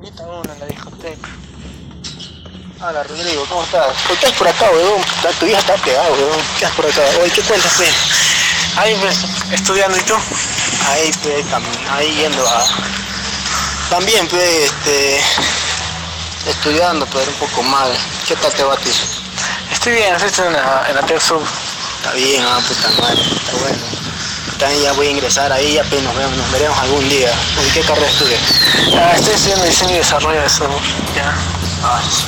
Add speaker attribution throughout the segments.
Speaker 1: Meta uno en la discoteca. Ah, Hola Rodrigo, ¿cómo estás? ¿Por qué estás por acá, weón? La, tu hija está pegada, weón. ¿Qué estás por acá? Oye, ¿qué cuentas, fe? Ahí, pues, estudiando, ¿y tú? Ahí, pues, tam- ahí yendo a... También, pues, este... Estudiando, pero un poco mal. ¿Qué tal te va a ti? Estoy bien, estoy en la, en la Está bien, ah, puta madre, está bueno. También ya voy a ingresar ahí, ya pues, nos vemos, nos veremos algún día. ¿En qué carrera estudias? Ah, estoy estudiando diseño y desarrollo de software, ya. Ah, sí.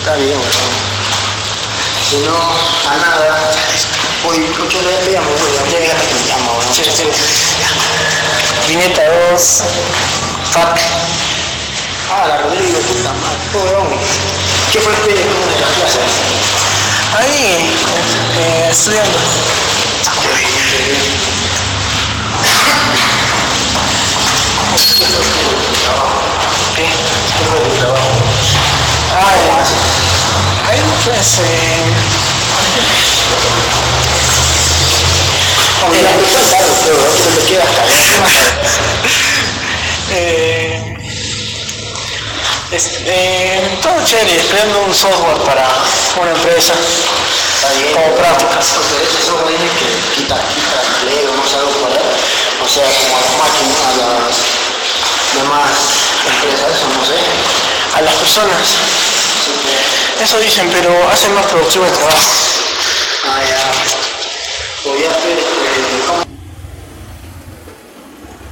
Speaker 1: Está bien, weón. Si no, a nada. Voy, mucho le llamo, weón. Ya dígame que me llama, weón. Sí, sí. Vineta 2. Fuck. Ah, la Rodrigo, puta madre. Pobre hombre. ¿Qué fue el de una de las clases? Ahí, eh, estudiando. ¿Qué? ¿Qué fue tu trabajo? Ah, ya. Ahí pues... Eh... Mira, tú estás raro, pero no te quedas Eh... Este, todo chévere, estudiando un software para una empresa. Como prácticas.
Speaker 2: Eso güey que quita, quita empleo, no sabes cuál es. O sea, como a las máquinas, a las demás empresas, eso no sé.
Speaker 1: A las personas.
Speaker 2: Así que,
Speaker 1: Eso dicen, pero hacen más productivo el trabajo.
Speaker 2: ah, ya. Voy a hacer este. ¿cómo?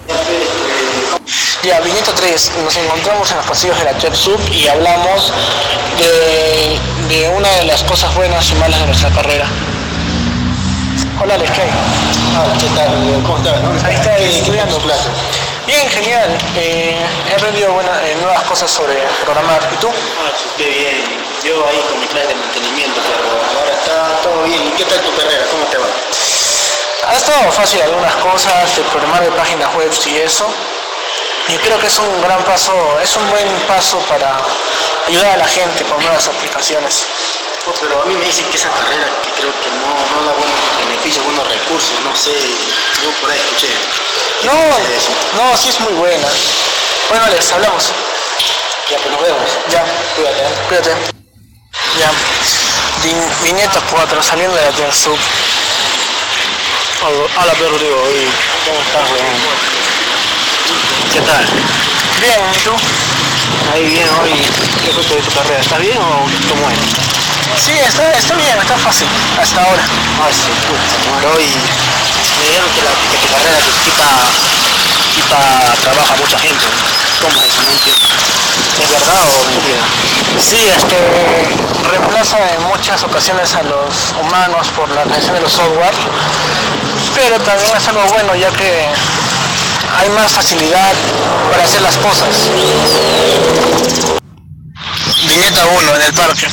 Speaker 2: Voy a hacer este. ¿cómo?
Speaker 1: Ya, viñeta 3, nos encontramos en los pasillos de la Chop Sub y hablamos de, de una de las cosas buenas y malas de nuestra carrera. Hola, les cae.
Speaker 2: Ah, ¿qué tal? ¿Cómo estás? ¿No?
Speaker 1: Ahí está
Speaker 2: ¿Qué- qué
Speaker 1: estudiando.
Speaker 2: tal tu clase?
Speaker 1: Bien, genial. Eh, he aprendido buena- eh, nuevas cosas sobre programar. ¿Y tú?
Speaker 2: Ah, sí, qué bien. Yo ahí con mi clase de mantenimiento, pero ahora está todo bien. ¿Y qué tal tu carrera? ¿Cómo te va?
Speaker 1: Ha estado fácil algunas cosas, de programar de páginas web y eso. Y creo que es un gran paso, es un buen paso para ayudar a la gente con nuevas aplicaciones.
Speaker 2: Oh, Pero a mí me dicen que esa carrera que creo que no, no da buenos beneficios, buenos recursos, no sé, yo por ahí escuché.
Speaker 1: No, no, sí es muy buena. Bueno, les hablamos.
Speaker 2: Ya, pues nos vemos.
Speaker 1: Ya,
Speaker 2: Cuídate. ¿eh?
Speaker 1: cuídate. Ya. Din- Viñeta 4, saliendo de la tienda sub. Hola, Pedro, digo, ¿cómo estás, weón?
Speaker 2: ¿Qué tal?
Speaker 1: Bien, ¿y tú?
Speaker 2: Ahí bien, hoy, ¿qué fue de tu carrera? ¿Está bien o cómo es?
Speaker 1: Sí, está, está bien, está fácil, hasta ahora.
Speaker 2: Ay, Ah, sí, puta, madre, hoy me dijeron que, la, que tu carrera que quita, quita trabajo a mucha gente. ¿Cómo es eso? No entiendo. ¿Es verdad o mentira?
Speaker 1: Sí, este, reemplaza en muchas ocasiones a los humanos por la creación de los software, pero también es algo bueno ya que hay más facilidad para hacer las cosas. Viñeta 1 en el parque.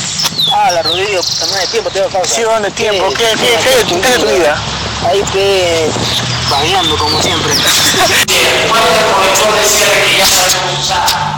Speaker 2: Ah, la rodilla, puta madre, tiempo te va a causar.
Speaker 1: Sí, ¿dónde tiempo? ¿Qué, qué, qué, de tu- qué de tu vida?
Speaker 2: Ahí que bailando como siempre.
Speaker 3: El cuarto profesor decía que ya sabemos usar.